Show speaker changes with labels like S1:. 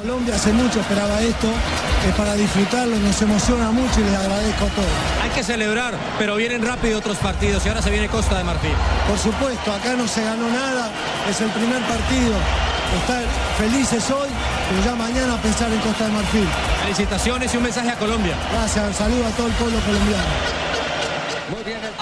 S1: Colombia hace mucho esperaba esto, es para disfrutarlo, nos emociona mucho y les agradezco a todos.
S2: Hay que celebrar, pero vienen rápido otros partidos y ahora se viene Costa de Marfil.
S1: Por supuesto, acá no se ganó nada, es el primer partido. Estar felices hoy, pero ya mañana pensar en Costa de Marfil.
S2: Felicitaciones y un mensaje a Colombia.
S1: Gracias, saludo a todo el pueblo colombiano.
S3: Muy bien.